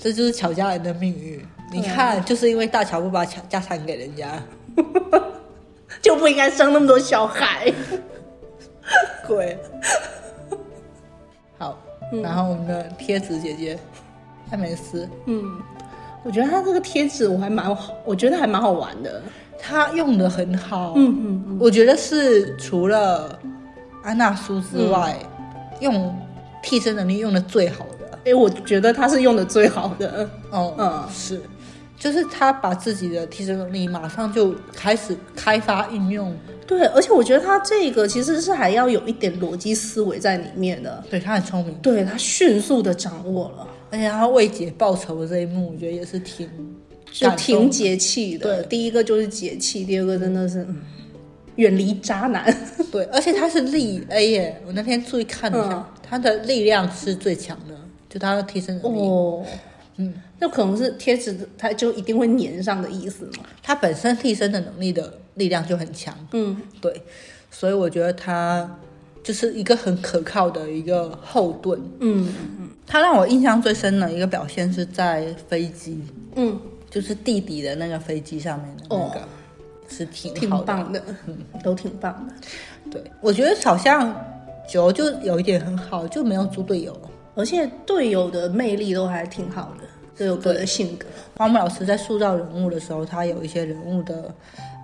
Speaker 1: 这就是乔家人的命运。你
Speaker 2: 对啊
Speaker 1: 看，就是因为大乔不把家家产给人家，
Speaker 2: 就不应该生那么多小孩。
Speaker 1: 鬼。好，然后我们的贴纸姐姐艾美斯，
Speaker 2: 嗯， 我觉得他这个贴纸我还蛮好，我觉得还蛮好玩的。
Speaker 1: 她用的很好，
Speaker 2: 嗯嗯，
Speaker 1: 我觉得是除了安娜苏之外，
Speaker 2: 嗯
Speaker 1: 用替身能力用的最好的。
Speaker 2: 哎，我觉得他是用的最好的。
Speaker 1: 哦，
Speaker 2: 嗯
Speaker 1: 是，就是她把自己的替身能力马上就开始开发应用，
Speaker 2: 对，而且我觉得他这个其实是还要有一点逻辑思维在里面的。
Speaker 1: 对她很聪明，
Speaker 2: 对他迅速的掌握了，
Speaker 1: 而且她为姐报仇的这一幕，我觉得也是挺
Speaker 2: 就
Speaker 1: 感动
Speaker 2: 挺解气的。
Speaker 1: 对
Speaker 2: 第一个就是解气，第二个真的是、嗯远离渣男。
Speaker 1: 对，而且她是力 A 耶，我那天注意看了一下
Speaker 2: 嗯，
Speaker 1: 她、的力量是最强的，就她的替身能力。
Speaker 2: 哦，嗯，那可能是贴纸的，它就一定会粘上的意思嘛。
Speaker 1: 她本身替身的能力的力量就很强，
Speaker 2: 嗯，
Speaker 1: 对，所以我觉得他就是一个很可靠的一个后盾。
Speaker 2: 嗯
Speaker 1: 他让我印象最深的一个表现是在飞机，
Speaker 2: 嗯，
Speaker 1: 就是弟弟的那个飞机上面的那个，
Speaker 2: 哦
Speaker 1: 是挺
Speaker 2: 挺
Speaker 1: 好的。
Speaker 2: 棒的， 都挺棒的。
Speaker 1: 对，我觉得好像九就有一点很好，就没有猪队友。
Speaker 2: 而且队友的魅力都还挺好的，各有各的性格。
Speaker 1: 花木老师在塑造人物的时候，他有一些人物的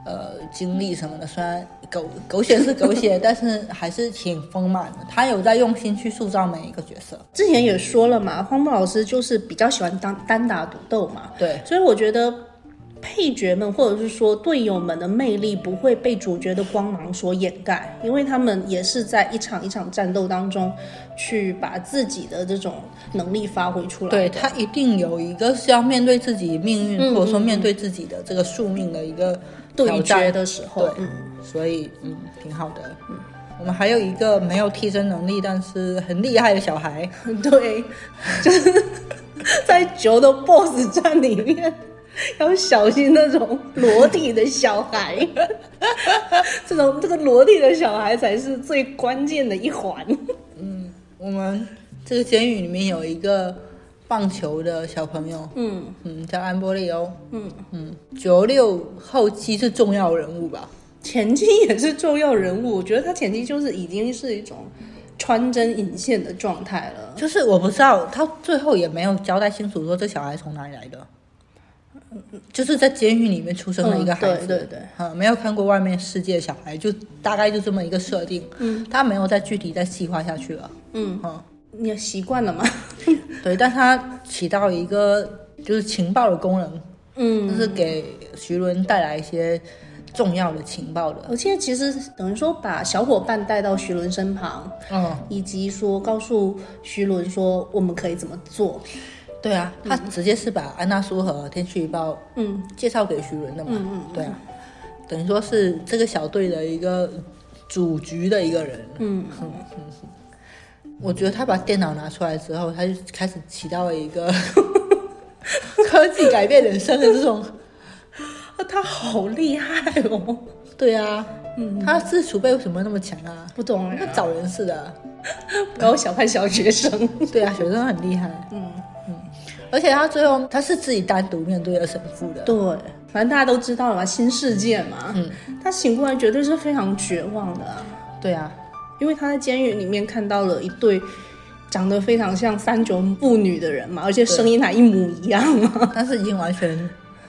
Speaker 1: 呃经历什么的，虽然狗狗血是狗 血，但是还是挺丰满的。他有在用心去塑造每一个角色。
Speaker 2: 之前也说了嘛，荒木老师就是比较喜欢当单打独斗嘛，
Speaker 1: 对，
Speaker 2: 所以我觉得配角们或者是说队友们的魅力不会被主角的光芒所掩盖，因为他们也是在一场一场战斗当中去把自己的这种能力发挥出来。
Speaker 1: 对他一定有一个是要面对自己命运，
Speaker 2: 嗯
Speaker 1: 或者说
Speaker 2: 嗯
Speaker 1: 面对自己的这个宿命的一个挑
Speaker 2: 对决
Speaker 1: 战。
Speaker 2: 的时候
Speaker 1: 对，，
Speaker 2: 嗯
Speaker 1: 所以嗯，挺好的。我们还有一个没有替身能力，但是很厉害的小孩，
Speaker 2: 嗯 对，就是在九的 BOSS 战里面，要小心那种裸体的小孩。 这种这个裸体的小孩才是最关键的一环。
Speaker 1: 我们这个监狱里面有一个棒球的小朋友，
Speaker 2: 嗯
Speaker 1: 嗯，叫安波利欧，
Speaker 2: 嗯，
Speaker 1: 嗯，九六后期是重要人物吧？
Speaker 2: 前期也是重要人物，我觉得他前期就是已经是一种穿针引线的状态了。
Speaker 1: 就是我不知道，他最后也没有交代清楚说这小孩从哪里来的，就是在监狱里面出生的一个孩子，
Speaker 2: 嗯对对对
Speaker 1: 嗯，没有看过外面世界的小孩，就大概就这么一个设定，嗯，他没有再具体再细化下去了，
Speaker 2: 嗯，
Speaker 1: 嗯，
Speaker 2: 你习惯了吗？
Speaker 1: 对，但他起到一个就是情报的功能，
Speaker 2: 嗯，
Speaker 1: 就是给徐伦带来一些重要的情报的，
Speaker 2: 我现在其实等于说把小伙伴带到徐伦身旁，
Speaker 1: 嗯，
Speaker 2: 以及说告诉徐伦说我们可以怎么做。
Speaker 1: 对啊，他直接是把安娜苏和天气预报
Speaker 2: 嗯，
Speaker 1: 介绍给徐伦的嘛，对啊，等于说是这个小队的一个主局的一个人，嗯嗯嗯， 我觉得他把电脑拿出来之后，他就开始起到了一个 科技改变人生的这种，
Speaker 2: 啊，他好厉害哦！
Speaker 1: 对啊，嗯，他自储备为什么那么强啊？
Speaker 2: 不懂
Speaker 1: 那
Speaker 2: 啊，
Speaker 1: 找人似的啊，
Speaker 2: 不要小看小学生。
Speaker 1: 对啊，学生很厉害，嗯嗯，而且他最后他是自己单独面对了神父的，
Speaker 2: 对，反正大家都知道了嘛，新世界嘛。嗯，他醒过来绝对是非常绝望的啊、
Speaker 1: 对啊，
Speaker 2: 因为他在监狱里面看到了一对长得非常像三九妇女的人嘛，而且声音还一模一样嘛。
Speaker 1: 但是已经完全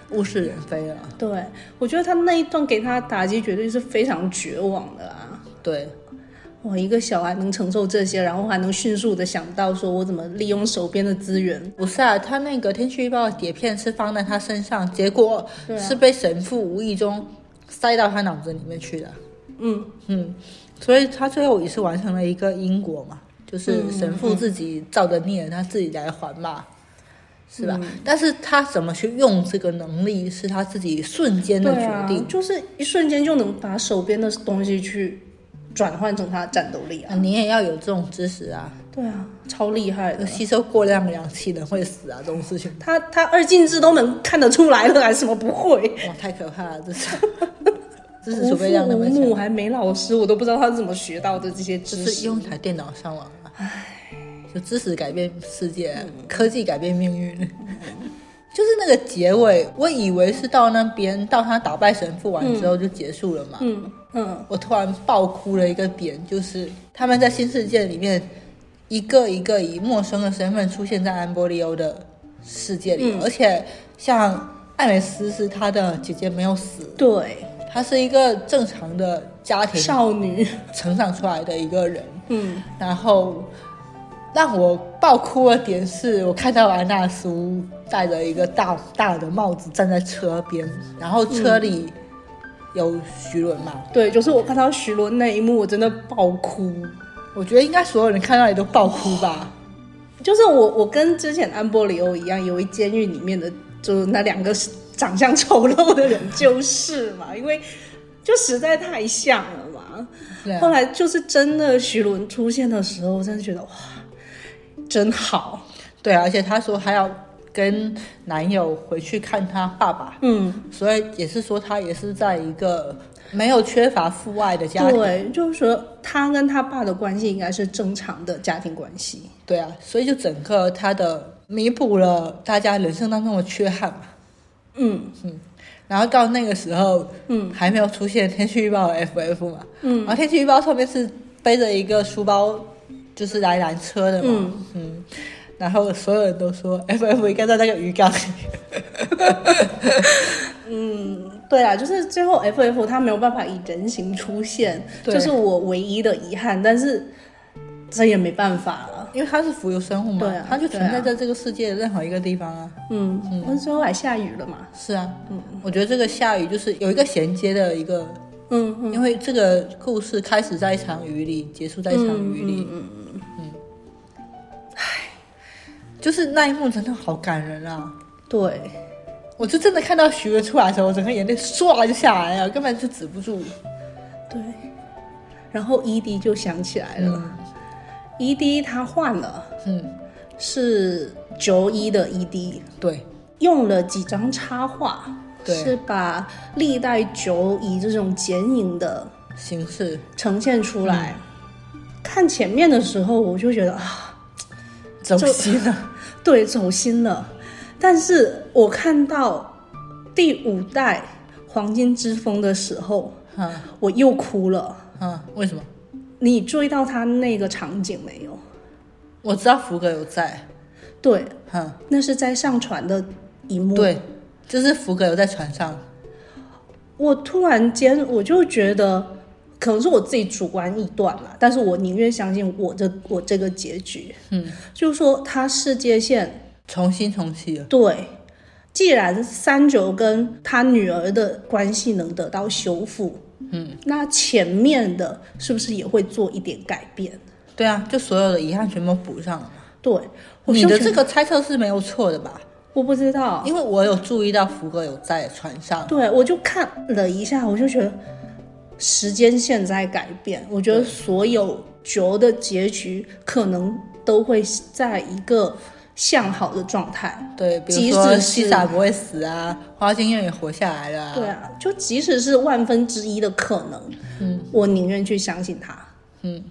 Speaker 1: 物是人非了，
Speaker 2: 对，我觉得他那一段给他的打击绝对是非常绝望的啊！
Speaker 1: 对。
Speaker 2: 哇，一个小孩能承受这些，然后还能迅速的想到说我怎么利用手边的资源。
Speaker 1: 不是啊，他那个天气预报的碟片是放在他身上，结果
Speaker 2: 对啊
Speaker 1: 是被神父无意中塞到他脑子里面去的。
Speaker 2: 嗯，
Speaker 1: 嗯，所以他最后也是完成了一个因果嘛，
Speaker 2: 嗯
Speaker 1: 就是神父自己造的孽，他自己来还嘛，是
Speaker 2: 嗯
Speaker 1: 吧？但是他怎么去用这个能力，是他自己瞬间的
Speaker 2: 对
Speaker 1: 决
Speaker 2: 啊
Speaker 1: 定。，
Speaker 2: 就是一瞬间就能把手边的东西去转换成他的战斗力啊！
Speaker 1: 啊你也要有这种知识啊！
Speaker 2: 对啊，超厉害的。
Speaker 1: 吸收过量的氧气人会死啊，这种事情
Speaker 2: 他他二进制都能看得出来了，还什么不会？
Speaker 1: 哇，太可怕了，这是知识
Speaker 2: 无
Speaker 1: 储
Speaker 2: 父
Speaker 1: 备量那
Speaker 2: 无
Speaker 1: 么
Speaker 2: 母
Speaker 1: 强，
Speaker 2: 还没老师，我都不知道他怎么学到的这些知
Speaker 1: 就是
Speaker 2: 识。
Speaker 1: 用一台电脑上网啊。就知识改变世界，
Speaker 2: 嗯
Speaker 1: 科技改变命运。就是那个结尾，我以为是到那边，到他打败神父完之后就结束了嘛。
Speaker 2: 嗯嗯，
Speaker 1: 我突然爆哭了一个点，就是他们在新世界里面，一个一个以陌生的身份出现在安波利欧的世界里，
Speaker 2: 嗯
Speaker 1: 而且像艾美斯是他的姐姐没有死，
Speaker 2: 对，
Speaker 1: 她是一个正常的家庭
Speaker 2: 少女，
Speaker 1: 成长出来的一个人。
Speaker 2: 嗯，
Speaker 1: 然后让我爆哭的点是，我看到安娜苏戴着一个大大的帽子站在车边，然后车里有徐伦嘛，
Speaker 2: 对，就是我看到徐伦那一幕，我真的爆哭。
Speaker 1: 我觉得应该所有人看到也都爆哭吧。
Speaker 2: 就是我我跟之前安波里欧一样，有一监狱里面的就是那两个长相丑陋的人就是嘛， 因为就实在太像了嘛。
Speaker 1: 对啊
Speaker 2: 后来就是真的徐伦出现的时候，我真的觉得哇，真好。
Speaker 1: 对啊，而且她说还要跟男友回去看她爸爸，
Speaker 2: 嗯，
Speaker 1: 所以也是说她也是在一个没有缺乏父爱的家庭。
Speaker 2: 对，就是说他跟他爸的关系应该是正常的家庭关系。
Speaker 1: 对啊，所以就整个她的弥补了大家人生当中的缺憾嘛。
Speaker 2: 嗯，
Speaker 1: 然后到那个时候，嗯，还没有出现天气预报的 FF 嘛，嗯，然后天气预报上面是背着一个书包，就是来拦车的嘛，嗯然后所有人都说 FF 应该在那个鱼缸 里，
Speaker 2: 对啦，就是最后 F F 他没有办法以人形出现，
Speaker 1: 对
Speaker 2: 这是我唯一的遗憾，但是这也没办法了。
Speaker 1: 因为它是浮游生物嘛，
Speaker 2: 对啊
Speaker 1: 它就存在在这个世界的任何一个地方啊，
Speaker 2: 嗯，但是最后还下雨了嘛。
Speaker 1: 是啊，嗯，我觉得这个下雨就是有一个衔接的一个，
Speaker 2: 嗯嗯，
Speaker 1: 因为这个故事开始在一场雨里，结束在一场雨里，嗯嗯嗯，唉，就是那一幕真的好感人啊，
Speaker 2: 对，
Speaker 1: 我就真的看到徐文出来的时候，我整个眼泪唰就下来了，根本就止不住。
Speaker 2: 对。然后 E D 就想起来了、e D 他换了，
Speaker 1: 嗯，
Speaker 2: 是九一的 E D，
Speaker 1: 对
Speaker 2: 用了几张插画，
Speaker 1: 对
Speaker 2: 是把历代九以这种剪影的
Speaker 1: 形式，
Speaker 2: 呈现出来。嗯看前面的时候，我就觉得啊，
Speaker 1: 走心啊了。
Speaker 2: 对，走心了。但是我看到第五代黄金之风的时候，
Speaker 1: 嗯
Speaker 2: 我又哭了。
Speaker 1: 嗯，为什么？
Speaker 2: 你注意到他那个场景没有？
Speaker 1: 我知道福格有在，
Speaker 2: 对，
Speaker 1: 哼，
Speaker 2: 那是在上船的一幕。
Speaker 1: 对，就是福格有在船上，
Speaker 2: 我突然间我就觉得，可能是我自己主观臆断了，但是我宁愿相信我这我这个结局。嗯，就是说他世界线
Speaker 1: 重新重启了。
Speaker 2: 对，既然三九跟他女儿的关系能得到修复，嗯，那前面的是不是也会做一点改变？
Speaker 1: 对啊，就所有的遗憾全部补上了。
Speaker 2: 对，我啊
Speaker 1: 你
Speaker 2: 就
Speaker 1: 的
Speaker 2: 觉
Speaker 1: 这
Speaker 2: 得
Speaker 1: 个猜测是没有错的吧？
Speaker 2: 我不知道，
Speaker 1: 因为我有注意到福格有在船上，
Speaker 2: 对，我就看了一下，我就觉得时间线在改变。我觉得所有球的结局可能都会在一个向好的状态。
Speaker 1: 对，比
Speaker 2: 即
Speaker 1: 如说
Speaker 2: 使
Speaker 1: 西
Speaker 2: 是
Speaker 1: 萨不会死啊，花京院也活下来了、啊。
Speaker 2: 对啊，就即使是万分之一的可能，嗯，我宁愿去相信他。嗯，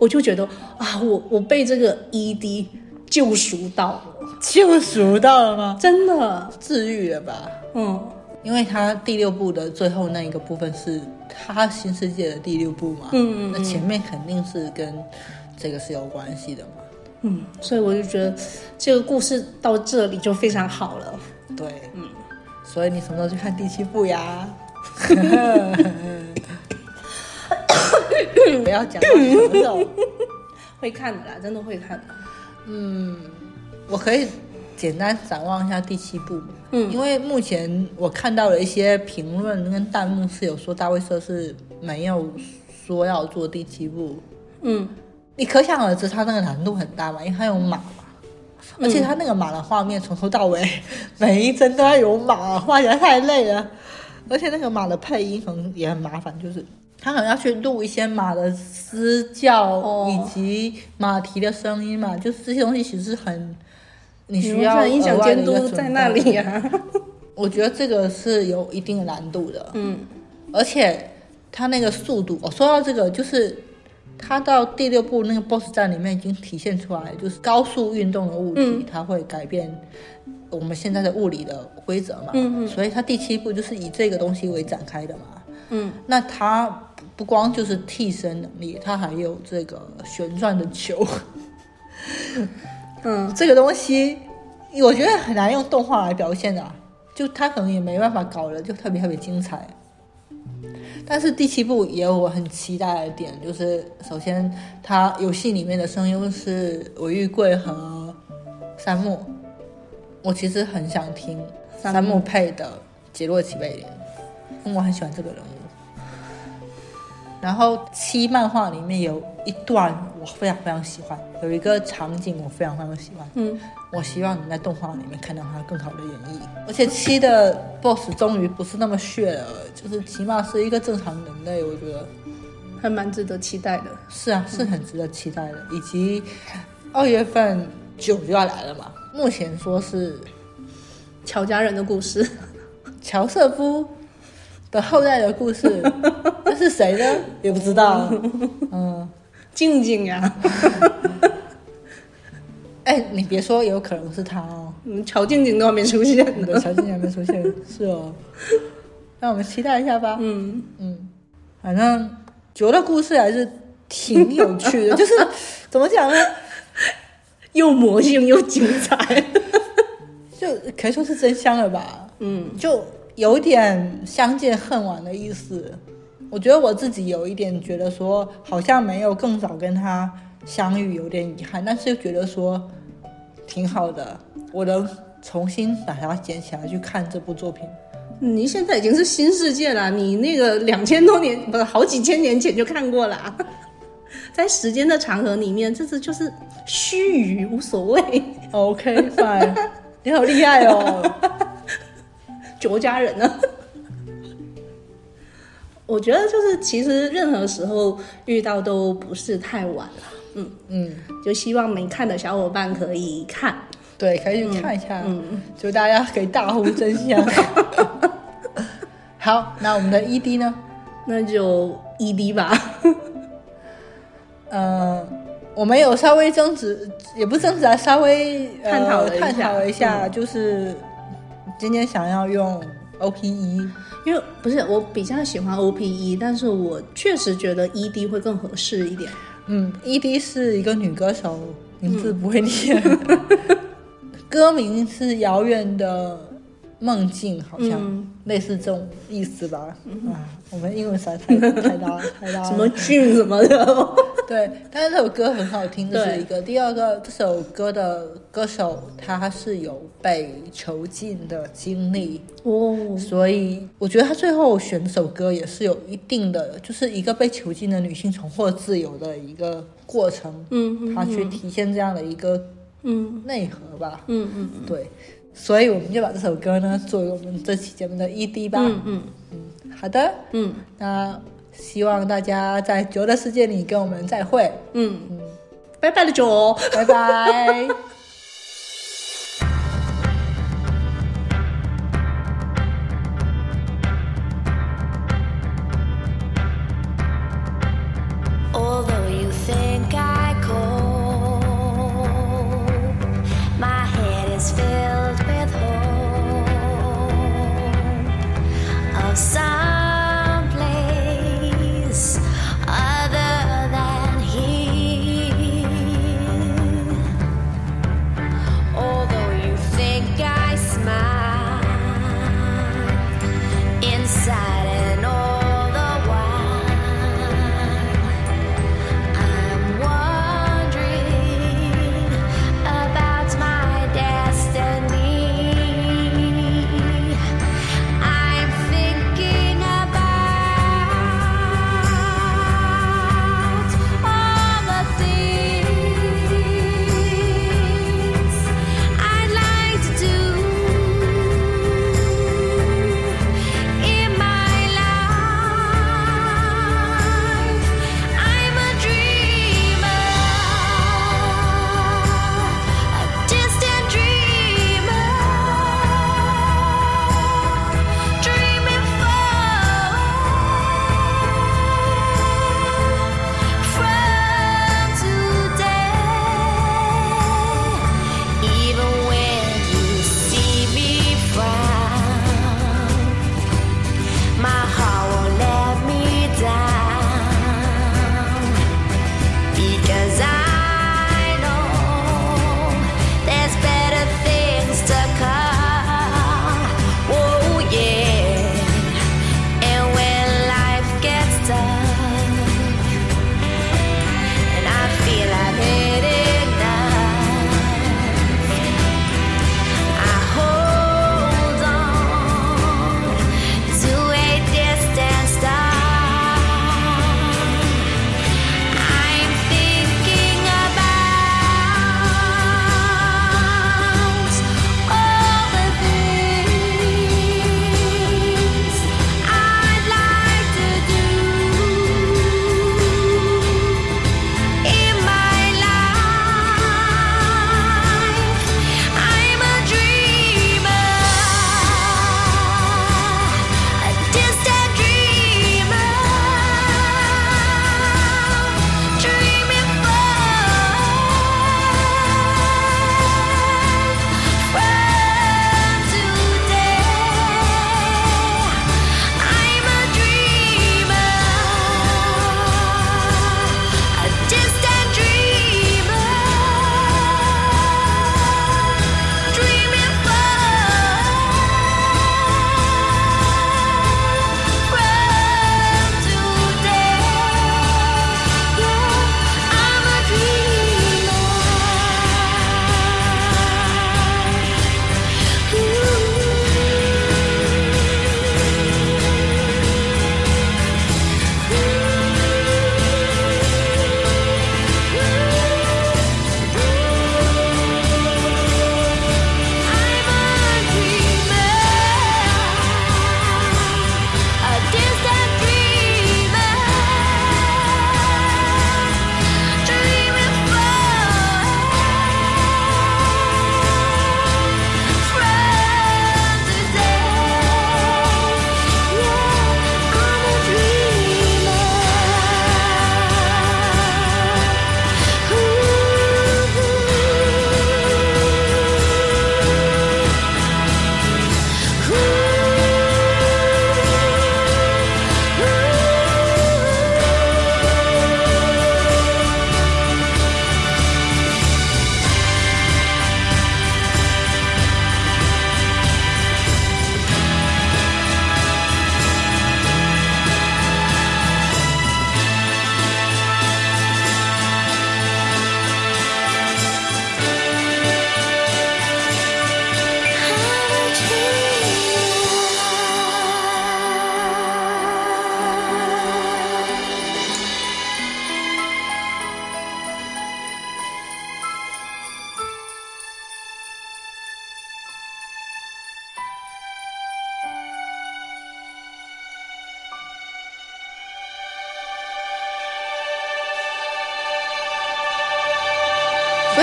Speaker 2: 我就觉得啊，我我被这个 ED 救赎到了，
Speaker 1: 救赎到了吗？
Speaker 2: 真的，
Speaker 1: 治愈了吧？
Speaker 2: 嗯
Speaker 1: 因为他第六部的最后那一个部分是他新世界的第六部嘛，
Speaker 2: 嗯
Speaker 1: 那前面肯定是跟这个是有关系的嘛。
Speaker 2: 嗯，所以我就觉得这个故事到这里就非常好了。
Speaker 1: 对，嗯，所以你什么时候去看第七 部呀？不要讲到咳嗽，
Speaker 2: 会看的啦，真的会看的。
Speaker 1: 我可以简单展望一下第七部，
Speaker 2: 嗯
Speaker 1: 因为目前我看到了一些评论跟弹幕是有说大卫社是没有说要做第七部，
Speaker 2: 嗯
Speaker 1: 你可想而知，它那个难度很大嘛，因为它有马嘛，
Speaker 2: 嗯
Speaker 1: 而且它那个马的画面从头到尾 每一帧都要有马，画起来太累了。而且那个马的配音可能也很麻烦，就是他可能要去录一些马的嘶叫
Speaker 2: 哦
Speaker 1: 以及马蹄的声音嘛，就是这些东西其实很你需
Speaker 2: 你
Speaker 1: 要
Speaker 2: 音响
Speaker 1: 额外的
Speaker 2: 监
Speaker 1: 一个
Speaker 2: 督
Speaker 1: 准
Speaker 2: 在
Speaker 1: 备
Speaker 2: 那里啊。
Speaker 1: 我觉得这个是有一定的难度的，
Speaker 2: 嗯
Speaker 1: 而且他那个速度，我、哦说到这个，就是他到第六部那个 BOSS 战里面已经体现出来，就是高速运动的物体，
Speaker 2: 嗯
Speaker 1: 它会改变我们现在的物理的规则嘛。
Speaker 2: 嗯
Speaker 1: 所以它第七部就是以这个东西为展开的嘛。
Speaker 2: 嗯
Speaker 1: 那它不不光就是替身能力，它还有这个旋转的球。
Speaker 2: 嗯，
Speaker 1: 这个东西，我觉得很难用动画来表现的啊、就它可能也没办法搞得就特别特别精彩。但是第七部也有我很期待的点，就是首先它游戏里面的声优是尾玉贵和三木，我其实很想听三木配的杰洛奇贝莲，因为我很喜欢这个人物。然后七漫画里面有一段我非常非常喜欢，有一个场景我非常非常喜欢，
Speaker 2: 嗯，
Speaker 1: 我希望能在动画里面看到他更好的演绎。而且七的 BOSS 终于不是那么血了，就是起码是一个正常人类，我觉得
Speaker 2: 还蛮值得期待的。
Speaker 1: 是啊，是很值得期待的。以及二月份九就要来了嘛，目前说是
Speaker 2: 乔家人的故事，
Speaker 1: 乔瑟夫的后代的故事，那是谁呢？也不知道。嗯，
Speaker 2: 静静啊呀，
Speaker 1: 哎、你别说，有可能是他哦。
Speaker 2: 嗯乔静静都还没出现
Speaker 1: 你
Speaker 2: 呢。
Speaker 1: 的小静还没出现，是哦。那我们期待一下吧。
Speaker 2: 嗯，
Speaker 1: 嗯，反正九的故事还是挺有趣的， 就是怎么讲呢，
Speaker 2: 又魔性又精彩。
Speaker 1: 就可以说是真香了吧，
Speaker 2: 嗯
Speaker 1: 就有点相见恨晚的意思。我觉得我自己有一点觉得说，好像没有更早跟他相遇，有点遗憾，但是又觉得说挺好的，我能重新把它捡起来去看这部作品。
Speaker 2: 你嗯现在已经是新世界了，你那个两千多年不是好几千年前就看过了啊。 在时间的长河里面，这次就是须臾无所谓。
Speaker 1: OK fine，你好厉害哦。
Speaker 2: 卓家人呢？ 我觉得就是，其实任何时候遇到都不是太晚了，
Speaker 1: 嗯，
Speaker 2: 就希望没看的小伙伴可以看。
Speaker 1: 对，可以去看一下，
Speaker 2: 嗯
Speaker 1: 就大家可以大呼真 相。好，那我们的 ED 呢？
Speaker 2: 那就 ED 吧，
Speaker 1: 嗯、我们有稍微争执，也不是争执啊，稍微、呃、
Speaker 2: 探讨了一下嗯
Speaker 1: 探讨了一下，就是今天想要用 O P E，
Speaker 2: 因为不是我比较喜欢 O P E，但是我确实觉得 E D 会更合适一点。
Speaker 1: 嗯，E D 是一个女歌手，名字
Speaker 2: 嗯
Speaker 1: 不会念， 歌名是《遥远的梦境》，好像、
Speaker 2: 嗯
Speaker 1: 类似这种意思吧。啊，我们英文实在太太拉太拉了。
Speaker 2: 什么俊什么的，
Speaker 1: 对，但是这首歌很好听，这是
Speaker 2: 对
Speaker 1: 一个。第二个，这首歌的歌手他是有被囚禁的经历，
Speaker 2: 哦，
Speaker 1: 所以我觉得他最后选这首歌也是有一定的，就是一个被囚禁的女性重获自由的一个过程，
Speaker 2: 嗯
Speaker 1: 他去体现这样的一个
Speaker 2: 嗯
Speaker 1: 内核吧。
Speaker 2: 嗯嗯
Speaker 1: 对，所以我们就把这首歌呢作为我们这期节目的 ED 吧。
Speaker 2: 嗯嗯
Speaker 1: 好的，
Speaker 2: 嗯
Speaker 1: 那希望大家在酒的世界里跟我们再会，
Speaker 2: 嗯，拜拜了九。
Speaker 1: 拜拜。
Speaker 3: Although you think I cope, my head is filled with hope of some place other than here.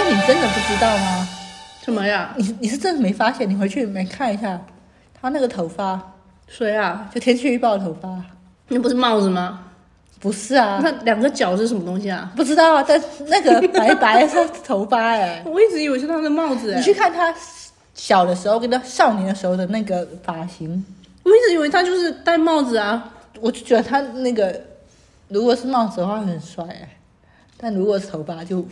Speaker 1: 你真的不知道吗？
Speaker 2: 什么呀？
Speaker 1: 你你是真的没发现？你回去没看一下，他那个头发，
Speaker 2: 谁啊？
Speaker 1: 就天气预报的头发，
Speaker 2: 那不是帽子吗？
Speaker 1: 不是啊，
Speaker 2: 那两个角是什么东西啊？
Speaker 1: 不知道啊，但那个白白的头 发哎、
Speaker 2: 我一直以为是他的帽子哎、
Speaker 1: 你去看他小的时候跟他少年的时候的那个发型，
Speaker 2: 我一直以为他就是戴帽子啊。
Speaker 1: 我就觉得他那个如果是帽子的话很帅哎、但如果是头发就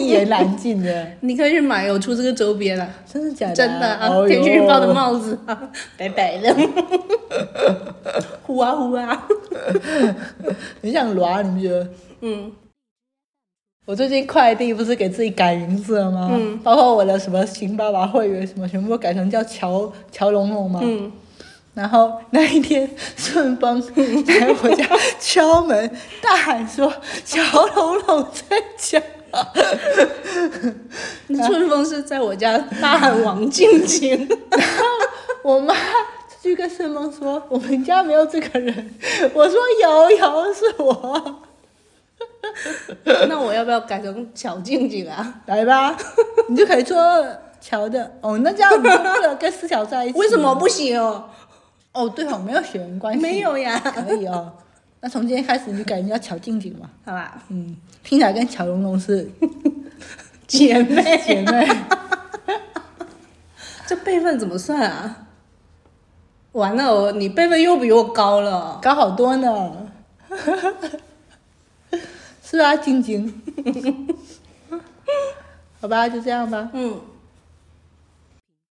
Speaker 1: 一言难 尽的，
Speaker 2: 你可以去买，有出这个周边啊，
Speaker 1: 真的假的、
Speaker 2: 真的啊，
Speaker 1: 哦
Speaker 2: 天气预报的
Speaker 1: 哟
Speaker 2: 帽子啊，白白的，呼啊呼啊，
Speaker 1: 很想拉，你不觉得？
Speaker 2: 嗯，
Speaker 1: 我最近快递不是给自己改名字了吗？
Speaker 2: 嗯
Speaker 1: 包括我的什么新爸爸会员什么，全部都改成叫乔乔龙龙嘛。
Speaker 2: 嗯，
Speaker 1: 然后那一天，顺 丰来我家敲门，大喊说：“乔龙龙在家。”
Speaker 2: 春风是在我家大喊王静静，
Speaker 1: 我妈就跟顺丰说：“我们家没有这个人。”我说：“有有，是我。
Speaker 2: 那我要不要改成小静静啊？”
Speaker 1: 来吧， 你就可以做乔的哦。那这样你就不能跟思乔在一起。
Speaker 2: 为什么不行哦？
Speaker 1: 哦，对哦，没有血缘关系，
Speaker 2: 没有呀
Speaker 1: 可以哦。那从今天开始你就改名叫乔静静嘛，
Speaker 2: 好吧，
Speaker 1: 嗯，听起来跟乔龙龙是
Speaker 2: 姐妹，
Speaker 1: 姐妹，
Speaker 2: 这辈分怎么算啊？完了，我你辈分又比我高了，
Speaker 1: 高好多 呢。是啊，静静。好吧，就这样吧。
Speaker 2: 嗯。